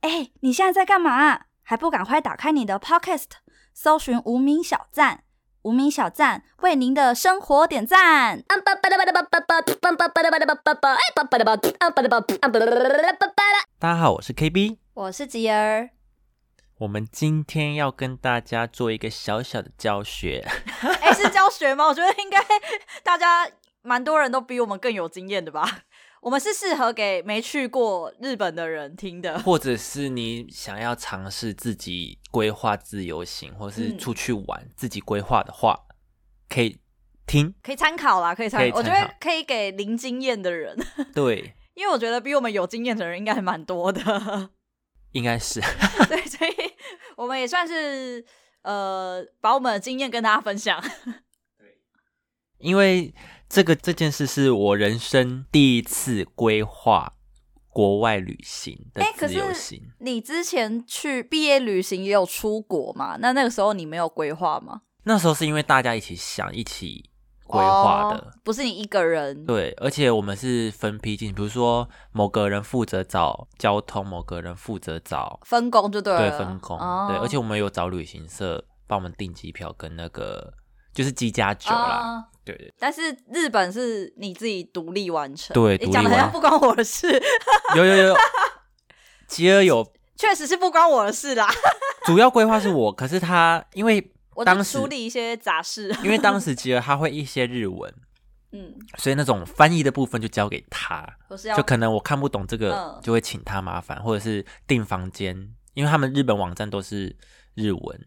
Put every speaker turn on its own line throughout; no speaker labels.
哎，你现在在干嘛？啊还不赶快打开你的 Podcast，搜寻无名小站，无名小站为您的生活点赞。
大家好，我是 KB。
我是吉儿，
我们今天要跟大家做一个小小的教 学，
哎，是教学吗？我觉得应该大家蛮多人都比我们更有经验的吧。我们是适合给没去过日本的人听的。
或者是你想要尝试自己规划自由行，或是
嗯
出去玩、自己规划的话，可以听。
可以参考啦，可以参
可以
考。我觉
参考
得可以给零经验的人，
对，
因为我觉得比我们有经验的人应该还蛮多的。
应该是
对，所以我们也算是呃，把我们的经验跟大家分享。
因为这个这件事是我人生第一次规划国外旅行的
哎可
自由
是
行。
你之前去毕业旅行也有出国嘛？那那个时候你没有规划吗？
那时候是因为大家一起想、一起规划的。
哦不是你一个人。
对，而且我们是分批进，比如说某个人负责找交通，某个人负责找
分工就对了，
对分工，
哦
对，而且我们有找旅行社帮我们订机票跟那个就是机加酒啦，
哦
对对
但是日本是你自己独立完成，
对
你
独立
讲的好像
完
不关我的事，
对，有有有，吉尔有
确实是不关我的事啦。
主要规划是我，可是他因为
我就
当时
处理一些杂事，
因为当时吉尔他会一些日文，
嗯，
所以那种翻译的部分就交给他，
我是要
就可能我看不懂这个
嗯，
就会请他麻烦，或者是订房间，因为他们日本网站都是日文。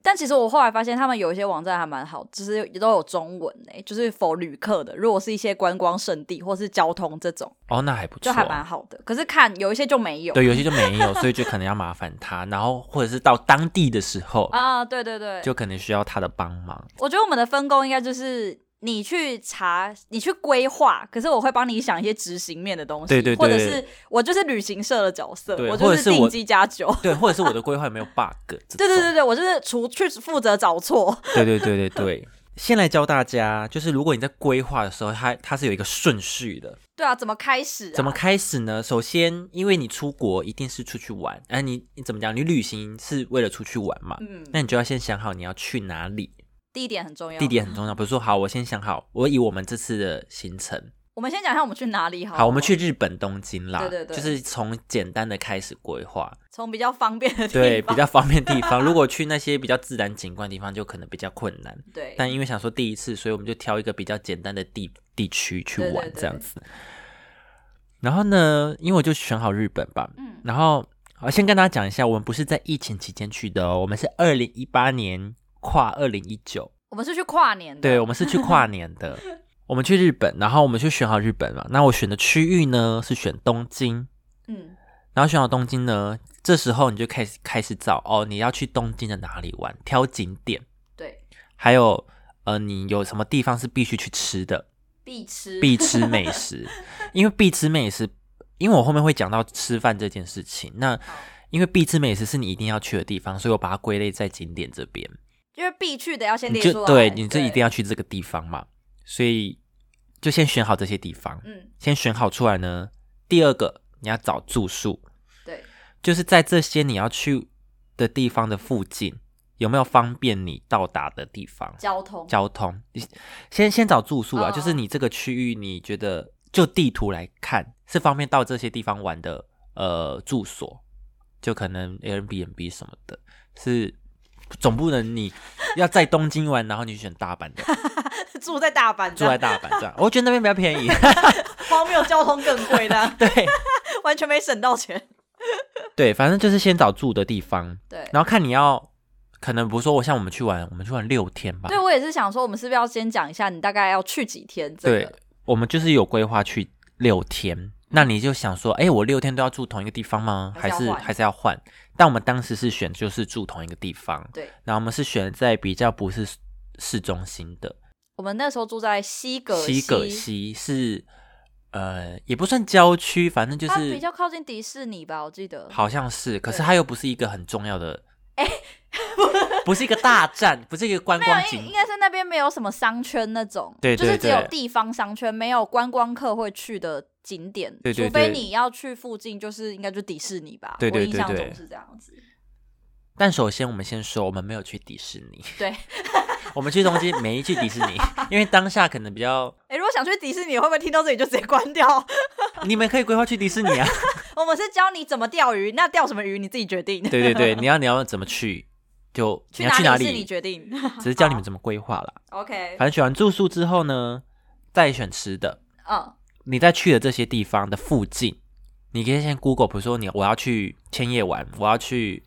但其实我后来发现，他们有一些网站还蛮好，就是都有中文诶、就是否旅客的。如果是一些观光胜地或是交通这种，
哦，那还不错，
就还蛮好的。可是看有一些就没有。
对，有些就没有，所以就可能要麻烦他， 然后或者是到当地的时候，
啊，对对对，
就可能需要他的帮忙。
我觉得我们的分工应该就是你去查，你去规划，可是我会帮你想一些执行面的东西，
对对对
或者是我就是旅行社的角色，
对
我
或
就
者是我
定机加酒。
对，或者是我的规划有没有 bug？这
对对
种
对对，我就是除去负责找错，
对对对对对。先来教大家，就是如果你在规划的时候，它它是有一个顺序的。
对啊，怎么开始、啊？
怎么开始呢？首先，因为你出国一定是出去玩，哎、你你怎么讲？你旅行是为了出去玩嘛？
嗯，
那你就要先想好你要去哪里，
地点很重要。
地，点很重要。比如说，好，我先想好，我以我们这次的行程，
我们先讲一下我们去哪里好了。
好，我们去日本东京啦，
对对对
就是从简单的开始规划，
从比较方便的地方，
对，比较方便地 方。如果去那些比较自然景观的地方，就可能比较困难。
对，
但因为想说第一次，所以我们就挑一个比较简单的地地区去
对对
玩
对
这样子。然后呢，因为我就选好日本吧，
嗯
然后我先跟大家讲一下，我们不是在疫情期间去的哦，我们是二零一八年跨二零一九，
我们是去跨年的，
对，我们是去跨年的。 我们去日本，然后我们就选好日本嘛。那我选的区域呢是选东京，
嗯，
然后选好东京呢，这时候你就开始开始找哦，你要去东京的哪里玩，挑景点，
对，
还有呃，你有什么地方是必须去吃的，
必吃
必吃美食，因为必吃美食，因为我后面会讲到吃饭这件事情。那因为必吃美食是你一定要去的地方，所以我把它归类在景点这边。
就是必去的要先
你
列出
就
来，
对，你就一定
要，
要去这个地方嘛，所以就先选好这些地方，
嗯，
先选好出来呢。第二个，你要找住宿，
对，
就是在这些你要去的地方的附近，有没有方便你到达的地方？
交通，
交通，你先先找住宿啊，
嗯
就是你这个区域，你觉得就地图来看是方便到这些地方玩的，呃，住所就可能 Airbnb 什么的，是总不能你要在东京玩，然后你选大阪的，
住在大阪，
住在大阪这样，我觉得那边比较便宜， ，
荒谬，交通更贵的
对
完全没省到 钱。
对，反正就是先找住的地方，
对，
然后看你要，可能比如说我像我们去玩，我们去玩六天吧
对，我也是想说，我们是不是要先讲一下你大概要去几天？这
对
个，
我们就是有规划去六天，那你就想说，哎、我六天都要住同一个地方吗？
嗯还
还
是
是
要换
还是要换？但我们当时是选就是住同一个地方，
对，
然后我们是选在比较不是市中心的
我们那时候住在西葛
西葛西是，呃，也不算郊区，反正就
它比
是
较靠近迪士尼吧，我记得。
好像是，可是
对
它又不是一个很重要的，哎、不是一个大站，不是一个观
没有
光，
应应
景。
该是那边没有什么商圈那种，
对对
就是只有
对
地方商圈，没有观光客会去的景点。
对对
除非
对
你要去附近，就是应该就迪士尼吧。
对对
我印象
对对
中是这样子。
但首先，我们先说，我们没有去迪士尼，
对，
我们去东京没去迪士尼，因为当下可能比较，
哎、如果想去迪士尼，会不会听到这里就直接关掉？
你们可以规划去迪士尼啊。
我们是教你怎么钓鱼，那钓什么鱼你自己决定。
对对对，你要你要怎么去，就你要去
哪
哪
是你
里，
决定。
只是教你们怎么规划啦。
OK，
反正选完住宿之后呢，再选吃的。
嗯，
你在去的这些地方的附近，你可以先 Google，比如说你我要去千叶玩，我要去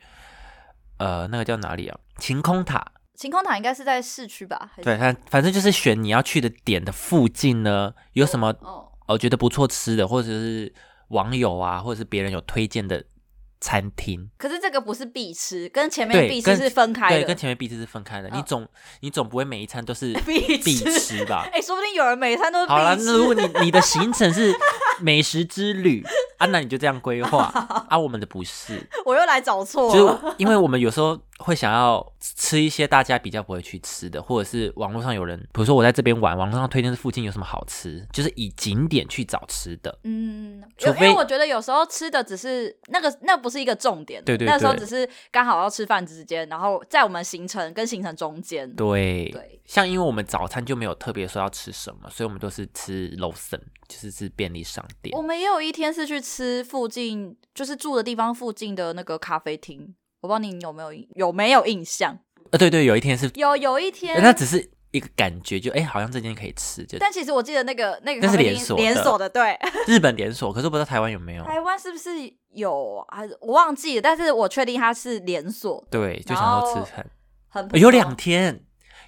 呃那个叫哪里啊？晴空塔。
晴空塔应该是在市区吧？还是
对，，反反正就是选你要去的点的附近呢，有什么
哦，
呃觉得不错吃的，或者是网友啊，或者是别人有推荐的餐厅。
可是这个不是必吃，跟前面
对，
必吃
跟
是分开
对，
的。
跟前面必吃是分开的。你
嗯
总你总不会每一餐都是
必
必
吃
吃吧？
哎、说不定有人每餐都是必
好啦，
吃
那如果你你的行程是美食之旅啊，那你就这样 规划啊。我们的不是，
我又来找错
就
了。
是因为我们有时候会想要吃一些大家比较不会去吃的，或者是网络上有人，比如说我在这边玩，网络上推荐附近有什么好吃，就是以景点去找吃的。
嗯，
除
有因为
非
我觉得有时候吃的只是那个，那不是一个重点。
对对
那时候
对
只是刚好要吃饭之间，然后在我们行程跟行程中间。
对，
对
像因为我们早餐就没有特别说要吃什么，所以我们都是吃 l o s o n 就是吃便利商店
我。们也有一天是去吃附近，就是住的地方附近的那个咖啡厅。我不知道你有没有有没有印象？
呃，对对，有一天是，
有有一天，
那只是一个感觉，就哎、好像这间可以吃，就
但其实我记得那个那个
那
咖
是
啡
连
厅
锁
连
的哦
锁的，对，
日本连锁，可是我不知道台湾有没有。
台湾是不是有？还是我忘记了，但是我确定它是连锁，
对，就
然
想要
后
吃很
很不
哦有
错
两天，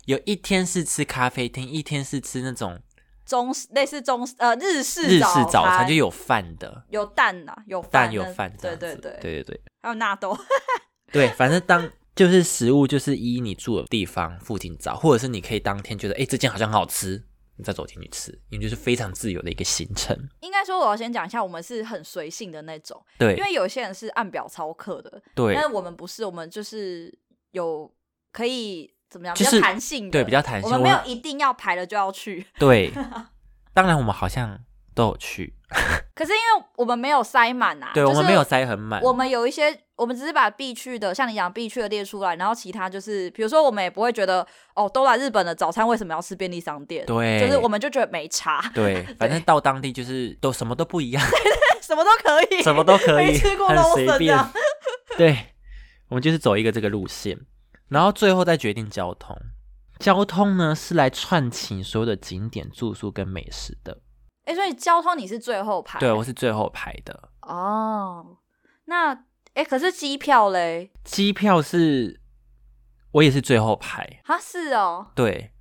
有一天是吃咖啡厅，一天是吃那种
中式类似中式呃日式
日式早餐，
餐
就有饭的，
有蛋呐、有
蛋
那
有饭这
对
样子，
对对，
对对对
还有纳豆。
对，反正当就是食物就是依你住的地方附近找，或者是你可以当天觉得哎、诶这间好像很好吃，你再走进去吃，因为就是非常自由的一个行程。
应该说，我要先讲一下，我们是很随性的那种，
对
因为呃有些人是按表操课的，
对
但是我们不是，我们就是有可以怎么样，
就
比
是
较弹性的，
对，比较弹
我
性。
们没有一定要排了就要去，
对，当然我们好像都有去，
可是因为我们没有塞满啊，
对、
就是、
我们没有。塞很满，
我们有一些，我们只是把必去的，像你讲必去的列出来，然后其他就是，比如说我们也不会觉得，哦，都来日本了，早餐为什么要吃便利商店？
对
就是我们就觉得没差，
对，反正到当地就是都什么都不一样。
什么都可以，
什么都可以，
没吃过啊
很
Lawson
随
这
便
样。
对，我们就是走一个这个路线，然后最后再决定交通。交通呢是来串起所有的景点、住宿跟美食的。
哎、所以交通你是最后排，
对，我是最后排的。
哦，那哎、诶可是机票嘞？
机票是，我也是最后排。
啊，是哦，
对，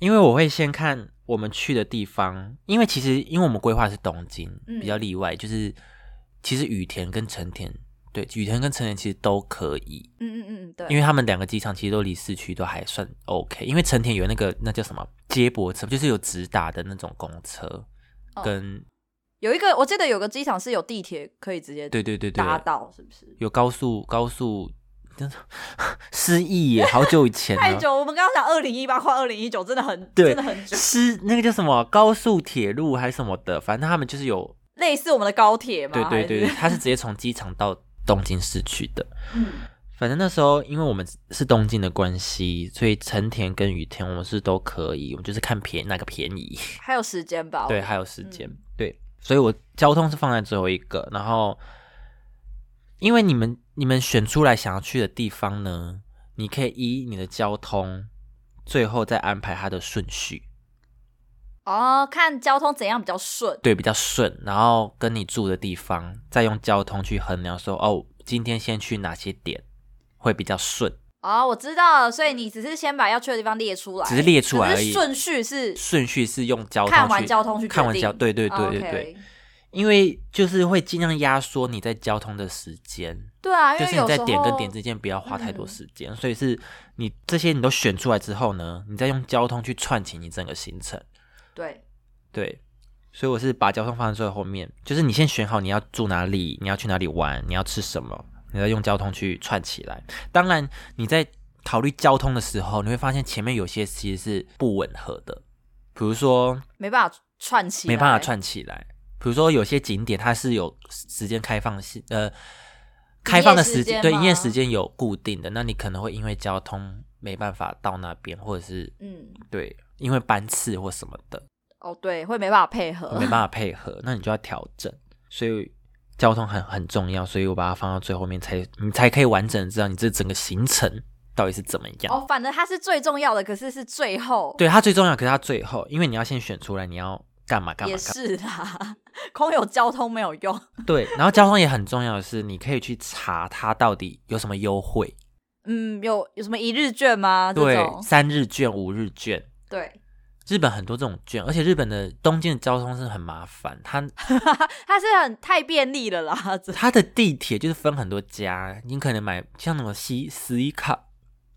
因为我会先看我们去的地方，因为其实因为我们规划是东京，
嗯
比较例外，就是其实羽田跟成田，对，羽田跟成田其实都可以。
嗯嗯嗯，对，
因为他们两个机场其实都离市区都还算 OK，因为成田有那个那叫什么接驳车，就是有直达的那种公车，
哦
跟
有一个我记得有个机场是有地铁可以直接
对对对对，
搭到，是不是？
有高速高速， 真的失忆耶，好久以前
太
了，
久，我们刚刚讲二零一八换二零一九，真的很
啊对
真的很久，
失那个叫什么高速铁路还是什么的，反正他们就是有，
类似我们的高铁嘛，
对对
还
对，
是，
他是直接从机场到东京市区的。
嗯，
反正那时候，因为我们是东京的关系，所以成田跟羽田我们是都可以，我们就是看便哪个便宜。
还有时间吧？
对，
我，
还有时间，
哦嗯
对，所以我交通是放在最后一个，然后因为你们你们选出来想要去的地方呢，你可以依你的交通，最后再安排它的顺序，
哦，看交通怎样比较顺，
对，比较顺，然后跟你住的地方，再用交通去衡量说，哦，今天先去哪些点会比较顺，
哦，我知道了，所以你只是先把要去的地方列出来，
只是列出来
可
而
是
已，
顺序是
顺序是用交通
看完
去
交通去
看
决
完
定
交，
哦
对对对对对，
OK
因为就是会尽量压缩你在交通的时间，
对啊，因
就
为
是
有
你在
时
点跟点
候
之间不要花太多
嗯
时间，所以是你这些你都选出来之后呢，你再用交通去串起你整个行程。
对，
对，所以我是把交通放在最后面，就是你先选好你要住哪里，你要去哪里玩，你要吃什么，你再用交通去串起来。当然，你在考虑交通的时候，你会发现前面有些其实是不吻合的，比如说
没办法串起，
没办法，串起来。比如说有些景点它是有时间开放性，呃，开放的时
时间
间对
吗
营业时间有固定的，那你可能会因为交通没办法到那边，或者是
嗯，
对因为班次或什么的
哦，对，会没办法配合，
没办法配合，那你就要调整。所以交通很很重要，所以我把它放到最后面才你才可以完整地知道你这整个行程到底是怎么样。
哦，反正它是最重要的，可是是最后，
对它最重要，可是它最后，因为你要先选出来你要干嘛干嘛
也
干嘛。
是啦， 空有交通没有用，
对，然后交通也很重要的是，你可以去查它到底有什么优惠，
嗯，有有什么一日券吗？这
对，
种
三日券、五日券。
对，
日本很多这种券，而且日本的东京的交通是很麻烦， 它
它是很太便利了啦，这
它的地铁就是分很多家，你可能买像什么西十一卡，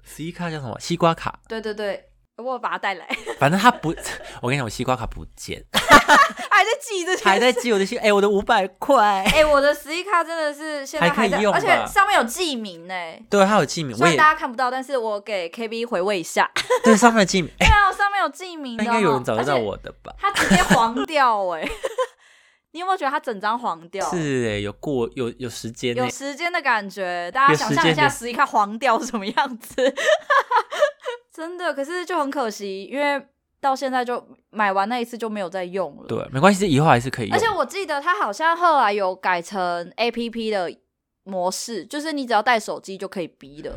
十一卡叫什么西瓜卡，
对对对，我有把它带来，
反正它不， 我跟你讲，我西瓜卡不见，
还在记这些，
还在寄我的西，哎、我的五百块，
哎、我的十一卡真的是现在
还可以
在，
用
而且
吧
上面有记名呢、
对，它有记名，
虽
我
然
也
大家看不到，但是我给 KB 回味一下。
对上面的记名，
对
哎、
啊，上面有记名的
那
哦，
应该有人找得到
而且
我的吧？
它直接黄掉哎、 你有没有觉得它整张黄掉？
是哎、有过有有时间呢、
有时间的感觉，大家想象一下
有时间的
十一看黄掉是什么样子， 真的。可是就很可惜，因为到现在就买完那一次就没有再用了。，
对，没关系，以后还是可以用。
而且我记得它好像后来有改成 A P P 的模式，就是你只要带手机就可以逼的。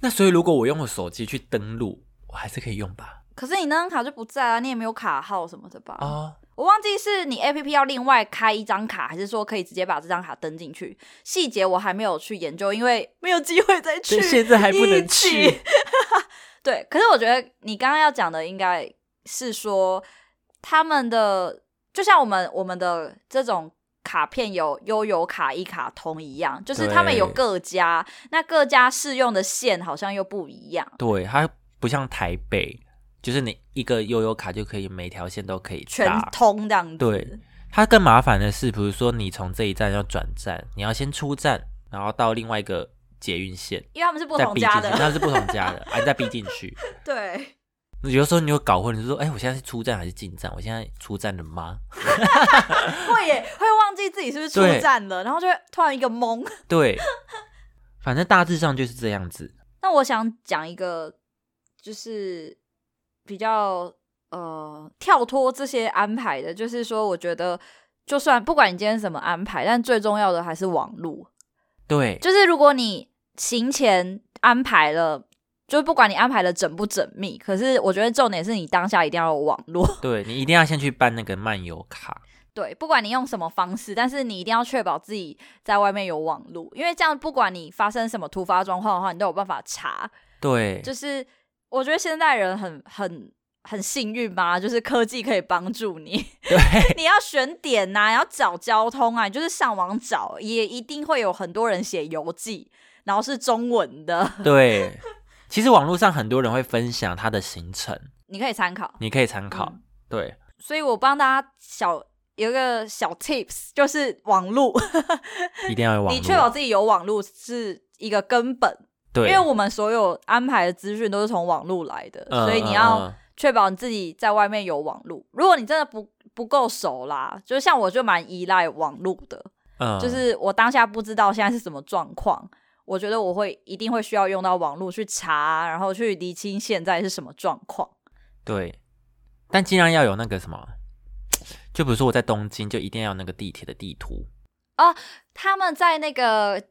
那所以如果我用我手机去登录，我还是可以用吧？
可是你那张卡就不在啊，你也没有卡号什么的吧？
哦，
我忘记是你 A P P 要另外开一张卡，还是说可以直接把这张卡登进去。细节我还没有去研究，因为没有机会再去
对，。现在还不能
一
去
起。 对，可是我觉得你刚刚要讲的应该是说，他们的就像我们我们的这种卡片有悠游卡、一卡通一样，就是他们有
对
各家，那各家适用的线好像又不一样。
对，它不像台北，就是你一个悠游卡就可以每条线都可以
全
搭。
通这样子，
对，它更麻烦的是，比如说你从这一站要转站，你要先出站，然后到另外一个捷运线，
因为他们是不
再
同
逼进
家
去，
的，
那是不同家的，啊，你再逼进去。
对，
有的时候你会搞混，你就说，哎、我现在是出站还是进站？我现在出站了吗？
会耶，会忘记自己是不是出
对
站了，然后就会突然一个懵。
对，反正大致上就是这样子。
那我想讲一个，就是比较呃跳脱这些安排的，就是说，我觉得就算不管你今天怎么安排，但最重要的还是网路。
对，
就是如果你行前安排了，就不管你安排的缜不缜密，可是我觉得重点是你当下一定要有网络。
对你一定要先去办那个漫游卡。
对，不管你用什么方式，但是你一定要确保自己在外面有网路，因为这样不管你发生什么突发状况的话，你都有办法查。
对，
就是我觉得现代人很很很幸运吧，就是科技可以帮助你。
对，
你要选点呐、要找交通啊，你就是上网找，也一定会有很多人写游记，然后是中文 的，
对。其实网络上很多人会分享他的行程，
你可以参考。
你可以参考。
嗯
对，
所以我帮大家小有一个小 tips，就是网路，
一定要有网
你确保
络。
自己有网路是一个根本，因
对
为，我们所有安排的资讯都是从网路来的，
嗯
所以你
嗯
要
嗯
确保你自己在外面有网路。如果你真的不不够熟啦，就像我就蛮依赖网路的，
嗯
就是我当下不知道现在是什么状况，我觉得我会一定会需要用到网路去查，然后去厘清现在是什么状况。
对，但尽量要有那个什么，就比如说我在东京，就一定要有那个地铁的地图。
他们在那个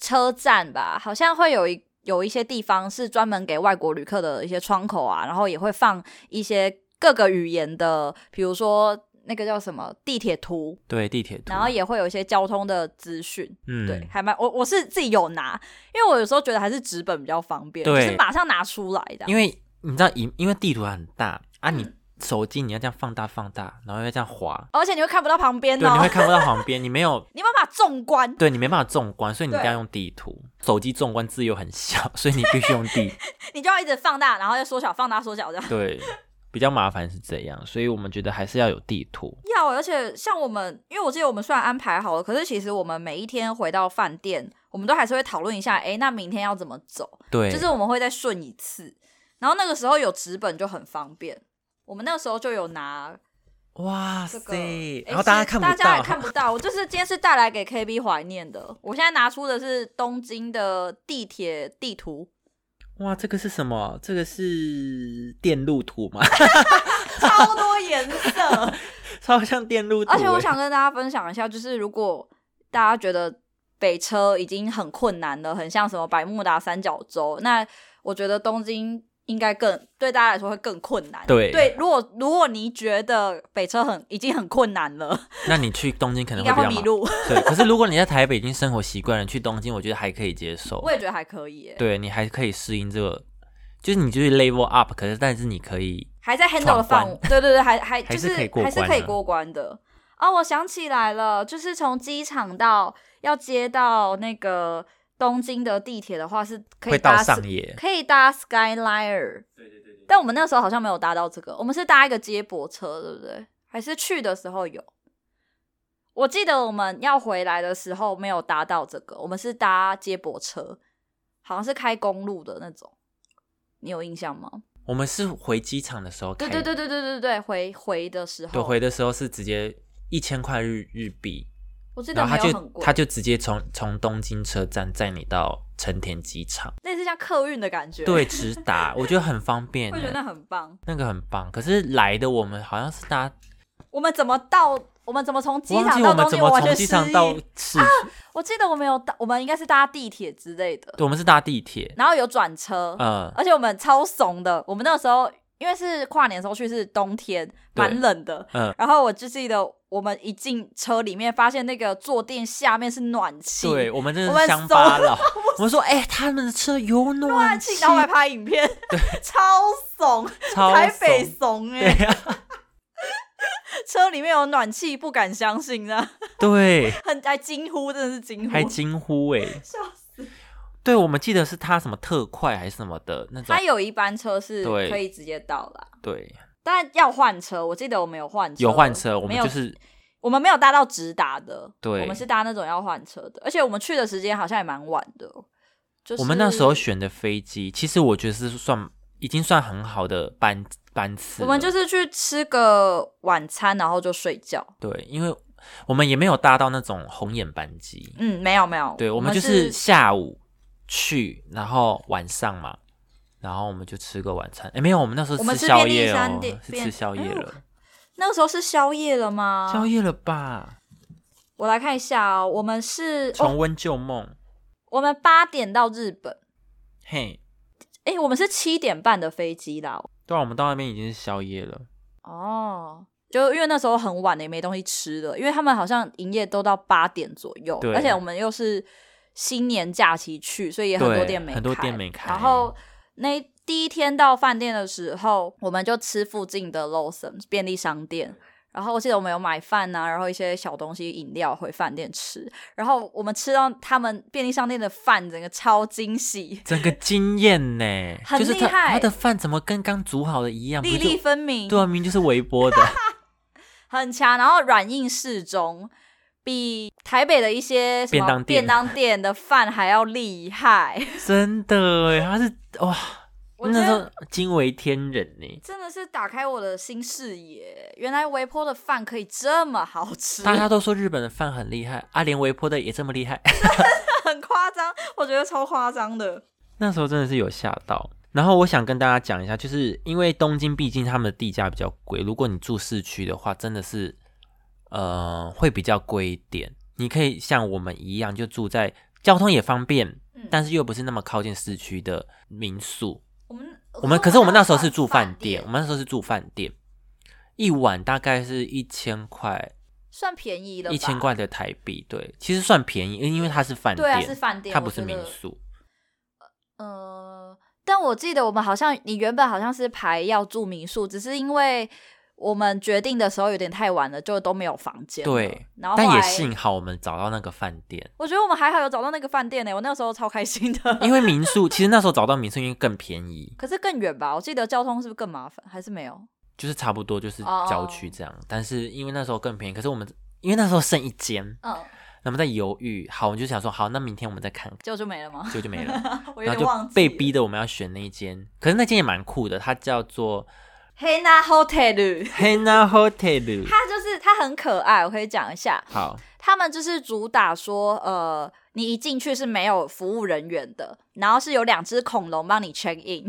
车站吧，好像会有一有一些地方是专门给外国旅客的一些窗口啊，然后也会放一些各个语言的，比如说那个叫什么地铁图，
对，地铁图。
然后也会有一些交通的资讯。
嗯，
对，还蛮我我是自己有拿，因为我有时候觉得还是纸本比较方便，就
对
是马上拿出来的。
因
为
为你知道，因因为地图很大啊，
嗯
你手机你要这样放大放大，然后要这样滑，
而且你会看不到旁边
对，你会
哦，
看不到旁边，你没 有，
你有没有办法纵观？
对你没办法纵观，所以你一定
对
要用地图。手机纵观字又很小，所以你必须用地。
你就要一直放大，然后再缩小，放大缩小这样。
对，比较麻烦是这样，所以我们觉得还是要有地图。
要，而且像我们，因为我记得我们虽然安排好了，可是其实我们每一天回到饭店，我们都还是会讨论一下，哎，那明天要怎么走？
对，
就是我们会再顺一次。然后那个时候有纸本就很方便，我们那个时候就有拿
哇
这个，
塞，
诶
然后大家
其实
看
大
不
家也
到，
看不到。我就是今天是带来给 KB 怀念的，我现在拿出的是东京的地铁地图，
哇，这个是什么？这个是电路图吗？
超多颜色。
超像电 路图欸、
而且我想跟大家分享一下，就是如果大家觉得北车已经很困难了，很像什么百慕达三角洲，那我觉得东京应该更对大家来说会更困难。
对
对，如果如果你觉得北车很已经很困难了，
那你去东京可能
应
会
该
比
会
较
迷
麻
路。
对，可是如果你在台北已经生活习惯了，去东京我觉得还可以接受
我。也觉得还可以耶，
对你还可以适应这个，就是你就是 level up，可是但是你可以
还在 handle 的范围
闯。
对对对，还还
还
就是
可以过
还是
关
可以
的
过关的。哦，我想起来了，就是从机场到要接到那个东京的地铁的话，是可
会
以
到
搭四
上野。
可以搭 Skyliner。对对对。但我们那时候好像没有搭到这个，我们是搭一个接驳车，对不对？还是去的时候有？我记得我们要回来的时候没有搭到这个，我们是搭接驳车，好像是开公路的那种。你有印象吗？
我们是回机场的时候开
对
的，
对对对对对对，回回的时候，
对，回的时候是直接一千块日日币，
我记得
然后
没
他
有很
就
贵，
他就直接从从东京车站载你到成田机场，
类似像客运的感觉，
对，，直达，我觉得很 方便
会觉
欸，
得很棒。
那个很棒。可是来的我们好像是搭，
我们怎么到？我们怎么从机
忘
场
记
到
我
东京？
们怎
我
么
完全
从
失
机场到
忆。
市，
我记得我们有搭，我们应该是搭地铁之类的，
对我们是搭地铁，
然后有转车，
嗯，
而且我们超怂的，我们那时候因为是跨年的时候去，是冬天，
对
蛮冷的，
嗯
然后我就记得我们一进车里面，发现那个坐垫下面是暖气，
对，我们真
我
的
们
是乡巴
搜
佬。我们说，哎、他们的车有
暖
暖
气
气，，
然后还拍影片， 超怂，
超
台北
怂
怂哎、
对啊呀、
车里面有暖气，不敢相信啊，
对，
很还惊呼，真的是惊呼，
还惊呼哎、
笑死。
对，我们记得是他什么特快还是什么的那种
它，有一班车是
对
可以直接到啦，
对，
但要换车，我记得我们有换车，
有换车，我
没
们
有
就是
我们没有搭到直达的，
对
我们是搭那种要换车的，而且我们去的时间好像也蛮晚的，就是
我们那时候选的飞机，其实我觉得是算已经算很好的班班次
我
了，
们就是去吃个晚餐，然后就睡觉。
对，因为我们也没有搭到那种红眼班机，
嗯，没有没有，
对，
我
我们就是下午去，然后晚上嘛。然后我们就吃个晚餐，哎，没有，我们那时候
我们吃
宵
便利
夜
商
哦
店，
是
便
吃宵夜
哎呦
了。
那个时候是宵夜了吗？
宵夜了吧？
我来看一下哦，我们是哦，
重温旧梦，
我们八点到日本，
嘿，
诶，我们是七点半的飞机啦。
对啊，我们到那边已经是宵夜了，
哦，就因为那时候很晚了，也没东西吃了，因为他们好像营业都到八点左右，
对
而且我们又是新年假期去，所以也很多
对
店没开，
很多店没开
然后那第一天到饭店的时候，我们就吃附近的 Lawson 便利商店。然后我记得我们有买饭呐、然后一些小东西、饮料回饭店吃。然后我们吃到他们便利商店的饭，整个超惊喜，
整个惊艳呢，
很
就是他
厉害
他的饭怎么跟刚煮好的一样，
粒
不就
粒分明。
对啊，明明就是微波的，
很强，然后软硬适中，比台北的一些什么
便当店
便当店的饭还要厉害。
真的哎，他是哇，
我觉
那时
得
候惊为天人呢。
真的是打开我的新视野，原来微波的饭可以这么好吃，
大家都说日本的饭很厉害，啊，连微波的也这么厉害，
很夸张，我觉得超夸张的。
那时候真的是有吓到。然后我想跟大家讲一下，就是因为东京毕竟他们的地价比较贵，如果你住市区的话，真的是呃会比较贵一点。你可以像我们一样，就住在交通也方便
嗯，
但是又不是那么靠近市区的民宿。
我们
我们可是我们那时候是住饭店，
店
我，们那时候是住饭店，一晚大概是一千块，
算便宜了吧，
一千块的台币，对，其实算便宜，因为它是饭
对啊，是
店，
饭店，
它
我
不是
觉得
民宿。
呃，但我记得我们好像，你原本好像是排要住民宿，只是因为我们决定的时候有点太晚了，就都没有房间了。
对
然后
但
后
也
来
幸好我们找到那个饭店，
我觉得我们还好有找到那个饭店呢、我那个时候超开心的。
因为民宿其实那时候找到民宿因为更便宜，
可是更远吧？我记得交通是不是更麻烦？还是没有？
就是差不多就是
哦
郊区这样。但是因为那时候更便宜，可是我们因为那时候剩一间，
嗯，
那么在犹豫，好，我们就想说，好，那明天我们再看 看，
就就没了吗？
结果就没了。
我有
然
点
后
忘
就
记
被逼的我们要选那一间，可是那间也蛮酷的，它叫做
Hana Hotel，
Hana Hotel。
它就是它很可爱，我可以讲一下，
好，
他们就是主打说，呃，你一进去是没有服务人员的，然后是有两只恐龙帮你 check in，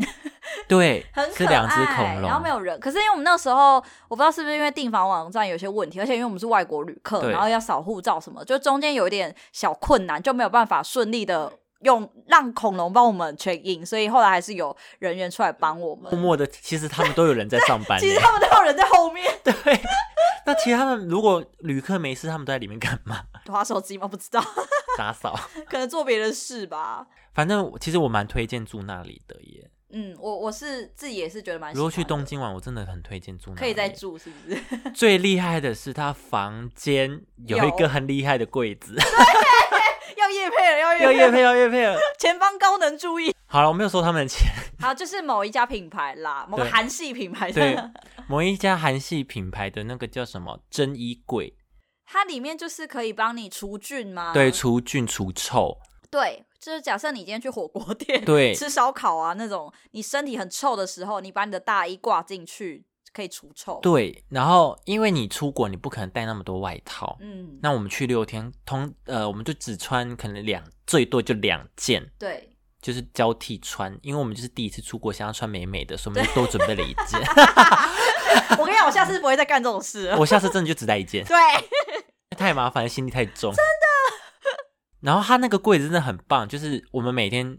对
很，可
是
爱，
两只恐
然后没
龙，
有人。可是因为我们那时候，我不知道是不是因为订房网站有些问题，而且因为我们是外国旅客，
对
然后要扫护照什么，就中间有一点小困难，就没有办法顺利的用让恐龙帮我们 check in，所以后来还是有人员出来帮我
默
们。
默的，其实他们都有人在上班
其实
耶。
他们都有人在后面
对，那其实他们如果旅客没事，他们都在里面干嘛？
划手机吗？不知道，
打扫。
可能做别的事吧。
反正我其实我蛮推荐住那里的耶。
嗯，我我是自己也是觉得蛮喜
如
欢
果
的。
去东京玩，我真的很推荐住那里。
可以再。住，是不是？
最厉害的是，他房间有一个很厉害的柜子。
要夜配了，要夜
要
配了
叶配，要叶配了。
前方高能注意。
好了，我没有收他们的钱。
好，就是某一家品牌啦，某个
对
韩系品牌
对
的，，
某一家韩系品牌的那个叫什么真衣柜，
它里面就是可以帮你除菌吗？
对，除菌除臭，
对，就是假设你今天去火锅店，
对
吃烧烤啊那种，你身体很臭的时候，你把你的大衣挂进去，可以除臭。，
对。然后因为你出国，你不可能带那么多外套，
嗯，
那我们去六天，通呃，我们就只穿可能两，最多就两件，
对，
就是交替穿，因为我们就是第一次出国，想要穿美美的，所以我们就多准备了一件。
我跟你讲，我下次不会再干这种事了。
我下次真的就只带一件，
对，
太麻烦，行李太重，真的。 然后它那个柜子真的很棒，就是我们每天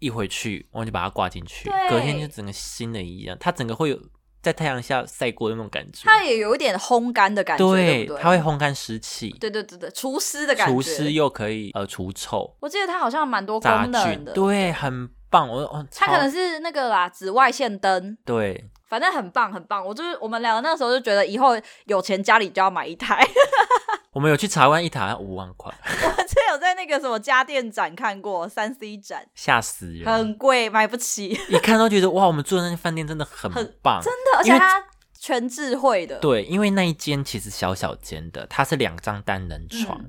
一回去，我们就把它挂进去，
对
隔天就整个新的一样，它整个会有在太阳下晒过的那种感觉，
它也有一点烘干的感觉，对不对？
它会，烘干湿气，
对对对对，除湿的感觉。
除湿，又可以呃除臭、
我记得它好像蛮多
杀
功能
菌，
的。，
对，很棒。我哦，
它可能
超
是那个啦，紫外线灯。
对，
反正很棒，很棒。我就是我们两个那时候就觉得，以后有钱家里就要买一台。
我们有去查完一塔五万块，
我之前有在那个什么家电展看过三 C 展，
吓死人！
很贵，买不起。
一看都觉得哇，我们住的那间饭店真的很棒，
真的，而且
因为
它全智慧的，
对，因为那一间其实小小间的，它是两张单人
嗯
床，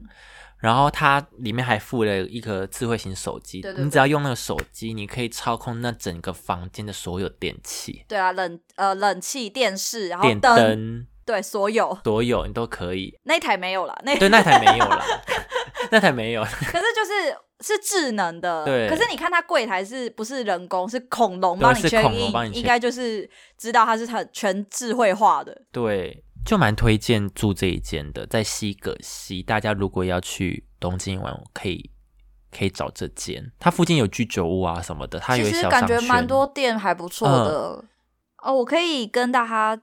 然后它里面还附了一个智慧型手机，
对对
你
对
只要用那个手机，你可以操控那整个房间的所有电器、
对啊，冷呃冷气、电视，然后
电灯，
对，所有
所有你都可以。
那一台没有啦，那
对，那台没 有啦，那台没有，
可是就是是智能的，
对
可是你看它柜台是不是人工？是恐龙帮你
对是
check
恐龙帮你
in，
check
应该就是知道它是很全智慧化的。
对，就蛮推荐住这一间的，在西葛西，大家如果要去东京玩，可以。可以找这间，它附近有居酒屋啊什么的，它有
其
一
实
小
感
商
觉蛮
圈嗯
多店还不错的。哦，我可以跟大家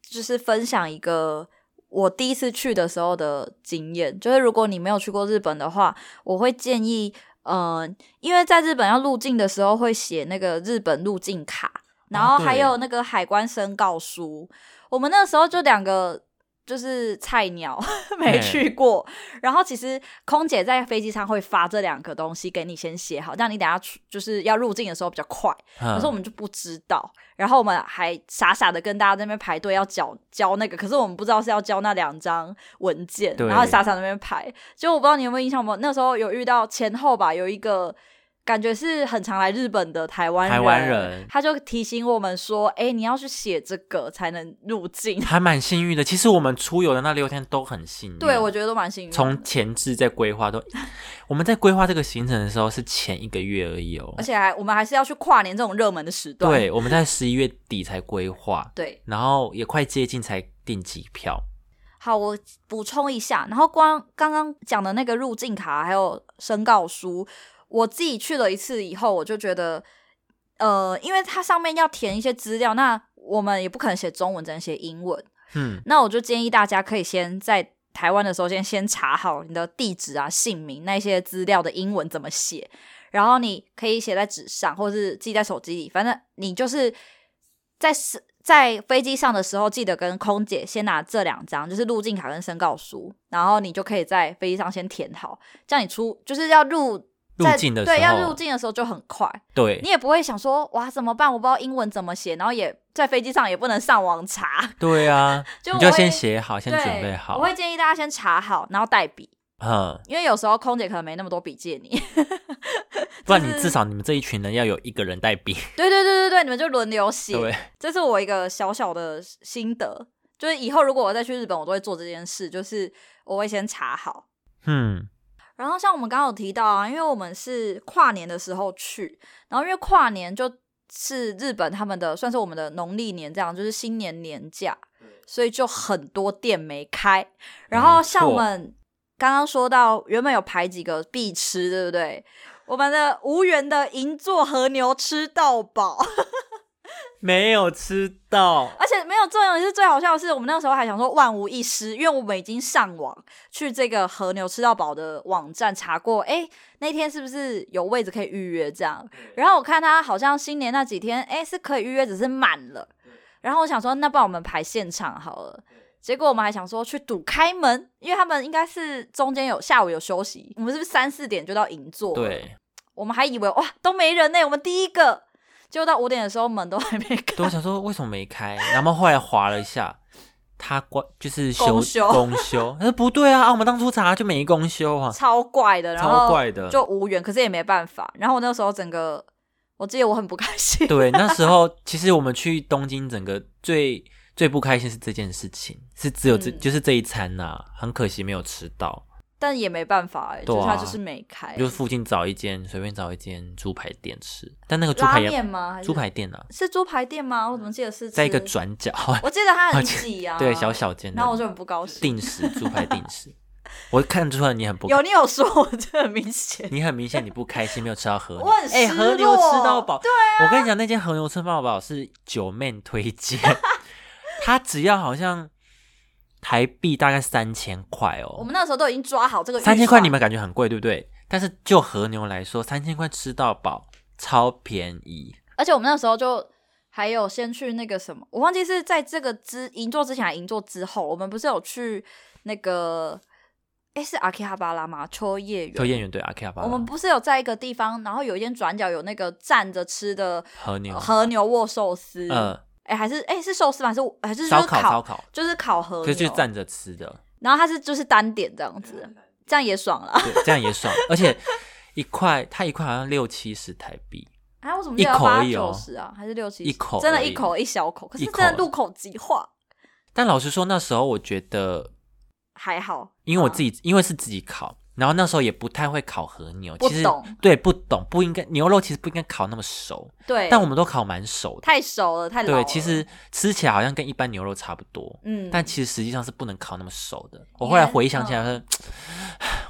就是分享一个我第一次去的时候的经验，就是如果你没有去过日本的话，我会建议，呃，因为在日本要入境的时候会写那个日本入境卡，然后还
哦对
有那个海关申告书。我们那时候就两个。就是菜鸟 没
嗯
去过，然后其实空姐在飞机上会发这两个东西给你先写好，让你等下出就是要入境的时候比较快。可
嗯
是我们就不知道，然后我们还傻傻的跟大家在那边排队要交交那个，可是我们不知道是要交那两张文件，
对
然后傻傻地在那边排。就我不知道你有没有印象，我们那时候有遇到前后吧，有一个。感觉是很常来日本的台湾
台湾人
他就提醒我们说：“哎、你要去写这个才能入境。
还蛮幸运的。其实我们出游的那六天都很幸运。啊
对，我觉得都蛮幸运的。
从前置在规划都，我们在规划这个行程的时候是前一个月而已哦
而。且还我们还是要去跨年这种热门的时段。
对，我们在十一月底才规划，
对，
然后也快接近才订机票。
好，我补充一下，然后光刚刚讲的那个入境卡还有申告书，我自己去了一次以后，我就觉得，呃，因为它上面要填一些资料，那我们也不可能写中文，只能写英文，
嗯，
那我就建议大家可以先在。台湾的时候，先先查好你的地址啊、姓名那些资料的英文怎么写，然后你可以写在纸上，或是记在手机里，反正你就是在是在飞机上的时候，记得跟空姐先拿这两张，就是入境卡跟申告书，然后你就可以在飞机上先填好，这样你出就是要入
入
在
境的时候，
对要入境的时候就很快，
对
你也不会想说哇怎么办，我不知道英文怎么写，然后也在飞机上也不能上网查，
对啊，
就
你
我
就
会
先写好，先
对
准备好
我，会建议大家先查好，然后带笔，
嗯，
因为有时候空姐可能没那么多笔借你。
不然
就
你
是
至少你们这一群人要有一个人带笔，
对对对对对，你们就轮流写。
对，
这是我一个小小的心得，就是以后如果我再去日本，我都会做这件事，就是我会先查好。
嗯，
然后像我们刚刚有提到啊，因为我们是跨年的时候去，然后因为跨年就是日本他们的算是我们的农历年这样，就是新年年假，所以就很多店没开。然后像我们刚刚说到，原本有排几个必吃，对不对？我们的无缘的银座和牛吃到饱。
没有吃到，
而且没有重点是最好笑的是，我们那时候还想说万无一失，因为我们已经上网去这个和牛吃到饱的网站查过，哎、那天是不是有位置可以预约这样？然后我看他好像新年那几天，哎、是可以预约，只是满了。然后我想说，那不然我们排现场好了。结果我们还想说去赌开门，因为他们应该是中间有下午有休息，我们是不是三四点就到银座？，
对，
我们还以为哇都没人呢、我们第一个。结果到五点的时候门都还没开，
对，我想说为什么没开，然后后来划了一下，他关就是休
公休
公休，那不对啊，啊，我们当初查就没公休啊，
超怪的，然
超
后
怪的，
就无缘，可是也没办法。然后我那时候整个，我记得我很不开心。
对，那时候其实我们去东京，整个最最不开心是这件事情，是只有这、
嗯
就是这一餐呐、很可惜没有吃到，
但也没办法、欸，就是
对啊
它就是没开。
就附近找一间随便找一间猪排店吃，但那个猪
拉
排也
面吗？还是
猪排店啊，
是猪排店吗？我怎么记得是
在一个
吃
转角，
我记得它很挤啊，
对，小。小间的，
然后我就很不高兴。
定时猪排定 时，我看出来你很不，
有你有说，我真的很明显。
你很明显你不开心，没有吃到和牛，
我很
哎、
失
和牛吃
落啊
到饱，对我跟你讲，那间和牛吃到饱是九妹推 荐，它只要好像台币大概三千块
我
哦，
们那时候都已经抓好这个预
三千块
算
你们感觉很贵，对不对？但是就和牛来说，三千块吃到饱超便宜，
而且我们那时候就还有先去那个什么，我忘记是在这个之银座之前还是银座之后，我们不是有去那个，哎、是阿基哈巴拉吗？秋叶
推
原。
荐员对阿 K 爸
我们不是有在一个地方，然后有一间转角有那个站着吃的
和牛，
和牛握寿司，哎、
呃，
还是哎、是寿司吗？还是还是就
烧
是
烤烧烤，
就是烤和
可
牛，
是就是站着吃的，
然后它是就是单点这样子，这样也爽了。
对，这样也爽，而且一块它一块好像六七十台币，
啊，我怎么
一
记得
口
八
而已
九
哦
十啊，还是六七十？
一口
真的，
而
一
已
口一小口，可是
一口
真的
而已
入口即化，
但老实说那时候我觉得
还好。
因为我
嗯
自己、因为是自己烤，然后那时候也不太会烤和牛，
不
其实
懂
对不懂不应该牛肉其实不应该烤那么熟，
对，
但我们都烤蛮熟的。
太熟了，太老了。
对，其实吃起来好像跟一般牛肉差不多，
嗯，
但其实实际上是不能烤那么熟的。我后来回想起来说，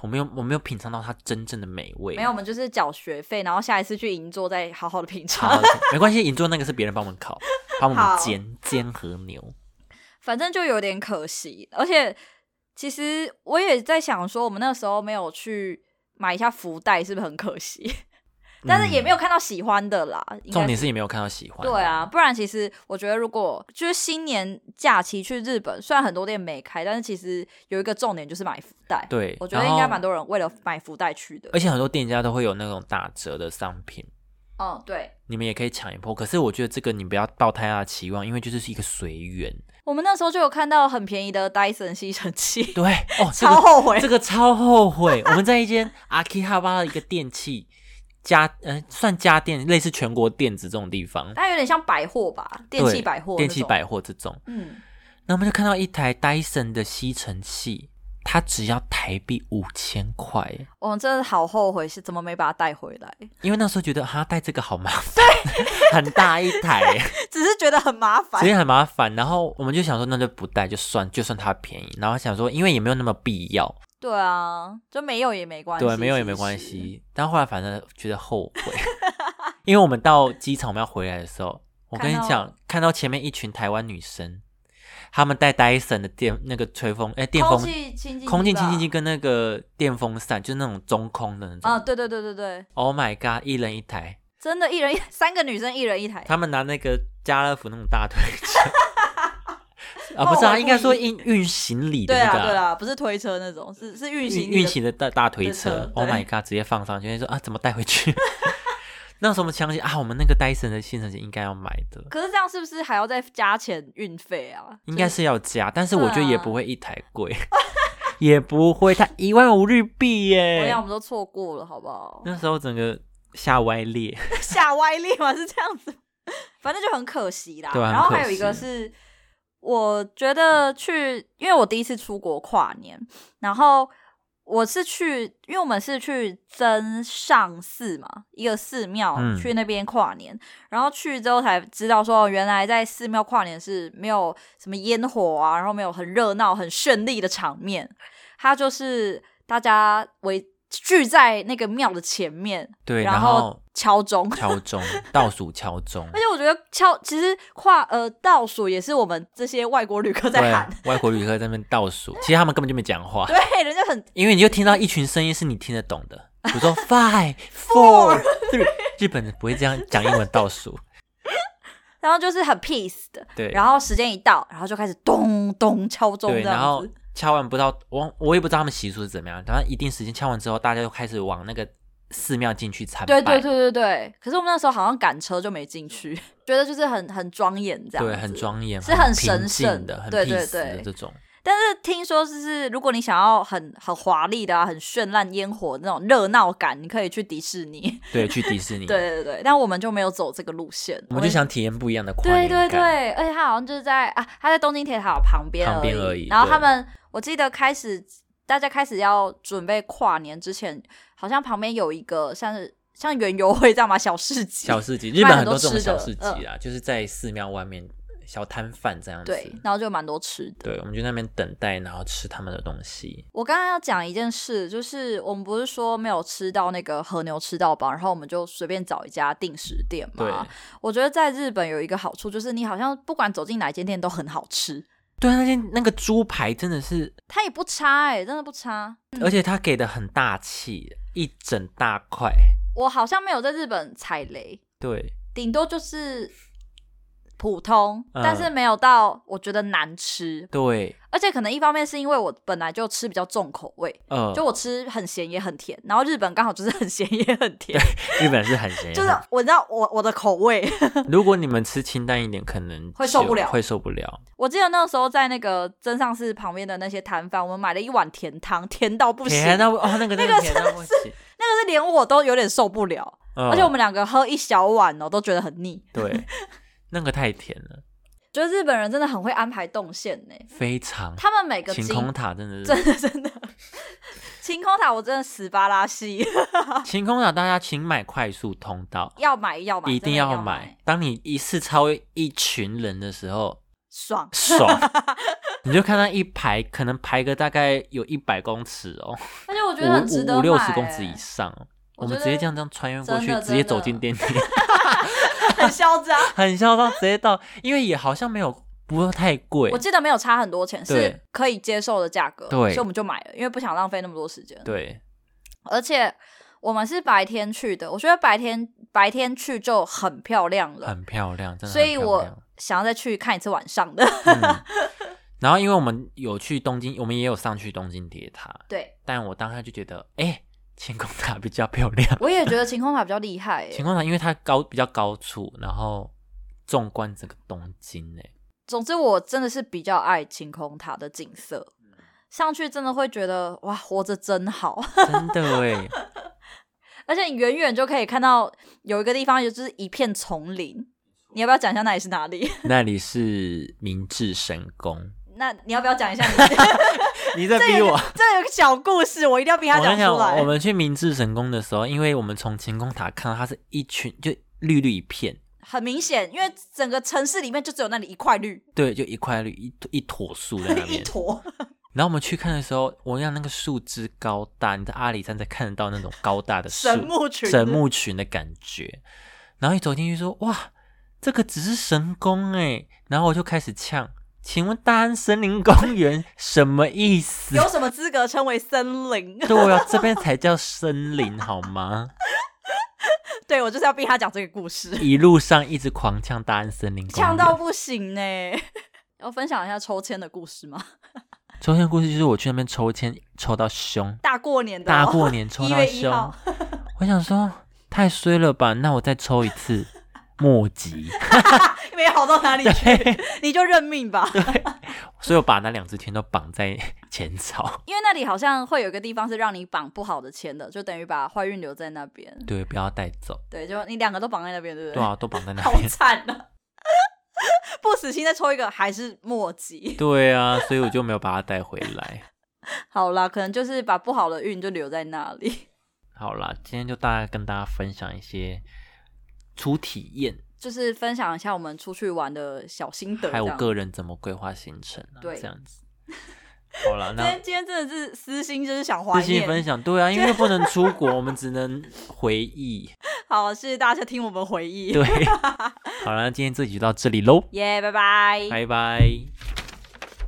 我没有我没有品尝到它真正的美味。
没有，我们就是缴学费，然后下一次去银座再好好的品尝
好，。没关系，银座那个是别人帮我们烤，帮我
好
们煎煎和牛。
反正就有点可惜。而且其实我也在想说，我们那时候没有去买一下福袋，是不是很可惜？ 但是也没有看到喜欢的啦。应该
嗯重点是也没有看到喜欢。
对，啊，不然其实我觉得，如果就是新年假期去日本，虽然很多店没开，但是其实有一个重点就是买福袋。
对
我觉得
然后
应该蛮多人为了买福袋去的。
而且很多店家都会有那种打折的商品。
嗯，对。
你们也可以抢一波。可是我觉得这个你不要抱太大的期望，因为就是一个随缘。
我们那时候就有看到很便宜的 Dyson 吸尘器，
对哦，这
超
个
后悔。
这个超后悔。我们在一间阿基哈巴的一个电器家，嗯、算家电，类似全国电子这种地方，
它有点像百货吧，电器
对
百货，
电器，百货这种。
嗯，
那我们就看到一台 Dyson 的吸尘器，它只要台币五千块，
我们哦真的好后悔，是怎么没把它带回来？
因为那时候觉得哈带这个好麻烦， 很大一台。
只是觉得很麻烦
所。以很麻烦。然后我们就想说，那就不带就算，就算它便宜。然后想说，因为也没有那么必要，
对啊，就没有也没关系，
对，没有也没关。系。但后来反正觉得后悔， 因为我们到机场我们要回来的时候，我跟你
看到
讲，看到前面一群台湾女生，她们带 Dyson 的电那个吹风，哎、电
空
风。
气清净机吧，
空气清新机跟那个电风扇，就是那种中空的那种。
啊，对对对对对，
oh my god！一人一台，
真的，一人一三个女生，一人一台，
他们拿那个家乐福那种大推车， 啊，不是
冒
啊，
牌
应该
不
说
宜
运运行李的
对
那
啊，
个
对
啊、
啦，不是推车那种，是是运行
运
力
运
的
行的大大推车
车
，Oh my
对
god，直接放上去，说啊，怎么带回去？ 那时候我们相信啊，我们那个戴森的吸尘器应该要买的，
可是这样是不是还要再加钱运费啊？
应该
就是
要加，但是我觉得也
对啊
不会一台贵， 也不会，它一万五日币
是我
耶
想我，们都错过了，好不好？
那时候整个吓歪裂，
吓歪力嘛，是这样子，反正就很可惜啦。
对啊很
然后还有
可
一个
惜
是，我觉得去，因为我第一次出国跨年，然后我是去，因为我们是去增上寺嘛，一个寺庙、
嗯
去那边跨年，然后去之后才知道说，哦原来在寺庙跨年是没有什么烟火啊，然后没有很热闹、很绚丽的场面，它就是大家围。聚在那个庙的前面，
对，
然
然
后
后
敲钟，
敲钟，倒数敲钟
而，且 我觉得敲其实跨呃倒数也是我们这些外国旅客在
对啊
喊，，
外国旅客在那边倒数，其实他们根本就没讲 话，
对，人家很
因为你就听到一群声音是你听得懂 的，比如说 five four three，日本人不会这样讲英文 倒数，
然后就是很 peace 的，
对，
然后时间一到，然后就开始咚咚敲钟
对，
这
然
样
后
子，
敲完不知道我我也不知道他们习俗是怎么样，然后一定时间敲完之后，大家就开始往那个寺庙进去参拜，
对对对对对。可是我们那时候好像赶车就没进去，觉得就是很很庄严这样子，
对很。庄严，
是很
平
神
静
圣
的，很
对对
peace 的
对
这种，
但是听说就是如果你想要很很华丽的啊，很绚烂烟火那种热闹感，你可以去迪士尼。
对，去迪士尼，
对，对对，但我们就没有走这个路线，
我们就想体验不一样的跨
对
年
对
感，
对，而且他好像就是在啊，他在东京铁塔旁边
旁边
而
而
已
已
然后
对
他们，我记得开始大家开始要准备跨年之前，好像旁边有一个像是像园游会这样嘛，小市集。
小市集，日
卖很
本很
多
多这种
吃的嗯
小市集啊，就是在寺庙外面小摊贩这样子，
对，然后就蛮多吃的。
对，我们就在那边等待，然后吃他们的东西。
我刚刚要讲一件事，就是我们不是说没有吃到那个和牛吃到饱，然后我们就随便找一家定时店
对，
嘛。我觉得在日本有一个好处，就是你好像不管走进哪一间店都很好吃，
对，啊那些那个猪排真的是，
它也不差哎、真的不差。
而且他给的很大气，一整大块。
我好像没有在日本踩雷，
对，
顶多就是普通，
嗯
但是没有到我觉得难吃。
对，
而且可能一方面是因为我本来就吃比较重口味，
呃，
就我吃很咸也很甜，然后日本刚好就是很咸也 很甜，
日本人是很咸，
就是我知道我我的口味。
如果你们吃清淡一点，可能
会受
就
不了
会受不了。
我记得那时候在那个真上寺旁边的那些摊贩，我们买了一碗甜汤，甜到不行，
甜到哦， 那个那
那个
个甜到不行，
那个是连我都有点受不了，
而
而且我们两个喝一小碗哦，都觉得很腻。
对那个太甜了，
觉得日本人真的很会安排动线呢，
非常。
他们每个
晴
景
空塔真的是
真的 真的，晴空塔我真的死巴拉稀，
晴空塔，大家请买快速通道，
要买要买，
一定
真的要
买。当你一次超越一群人的时候，
爽。
爽， 你就看到一排，可能排个大概有一百公尺哦，
而且我觉得很值
五
得
五
买
五六十公尺
欸
以上哦，
我
我
觉得
们直接这样这样穿越过去
真的，
直接走
真的
进电梯，
很嚣张。
很嚣张，直接到，因为也好像没有不会太贵
我，记得没有差很多钱，
对
是可以接受的价格，
对
所以我们就买了，因为不想浪费那么多时间。
对，
而且我们是白天去的，我觉得白天白天去就很漂亮了，
很漂亮，真的
所
很
以
漂亮。
我想要再去看一次晚上的。
嗯然后因为我们有去东京，我们也有上去东京铁塔，
对，
但我当下就觉得，哎、晴空塔比较漂亮。
我也觉得晴空塔比较厉害 欸、
晴空塔因为它高比较高处，然后纵观整个东京呢、
总之，我真的是比较爱晴空塔的景色，上去真的会觉得哇，活着真好。
真的哎，
而且你远远就可以看到有一个地方，也就是一片丛林。你要不要讲一下那里是哪 里？
那里是明治神宫。
那你要不要讲一下你？
你在逼我！我
这有个小故事，我一定要逼他
跟
讲
你讲，
出来
我。们去明治神宫的时候，因为我们从晴空塔看到它是一群就绿绿一片，
很明显，因为整个城市里面就只有那里一块绿，
对，就一块绿一一坨树在那
一
边。
坨。
然后我们去看的时候，我让那个树枝高大，你在阿里山才看得到那种高大的树
神木群
神木群的感觉。然后一走进去说，哇，这个只是神宫哎。然后我就开始呛，请问大安森林公园什么意思？
有什么资格称为森林？
对啊，这边才叫森林好吗？
对我就是要逼他讲这个故事，
一路上一直狂呛大安森林公园，
呛到不行呢、 要分享一下抽签的故事吗？
抽签故事就是我去那边抽签，抽到凶，
大过年的、哦，
大过年抽
一
到
月一
凶，
号，
我想说太衰了吧，那我再抽一 次，莫及。
没好到哪里去， 你就认命吧。
所以我把那两只签都绑在前草，
因为那里好像会有一个地方是让你绑不好的签的，就等于把坏运留在那边。
对，不要带走。
对，就你两个都绑在那边，对不对？
对啊，都绑在 那
好
边。
惨啊！ 不死心再抽一个还是墨迹。
对啊，所以我就没有把它带回来。
好啦，可能就是把不好的运就留在那里，
好啦，今天就大概跟大家分享一些初体验，
就是分享一下我们出去玩的小心得。
还有
这
我
样
个人怎么规划行程、啊，
对
这样子。好了，
今
那
天今天真的是私心，就是想怀
自信啊分
念。
享，对啊，因为又不能出国，我们只能回忆。
好，谢谢大家 听我们回忆。
对，好了，那今天这集就到这里喽，
耶，拜拜。
拜拜。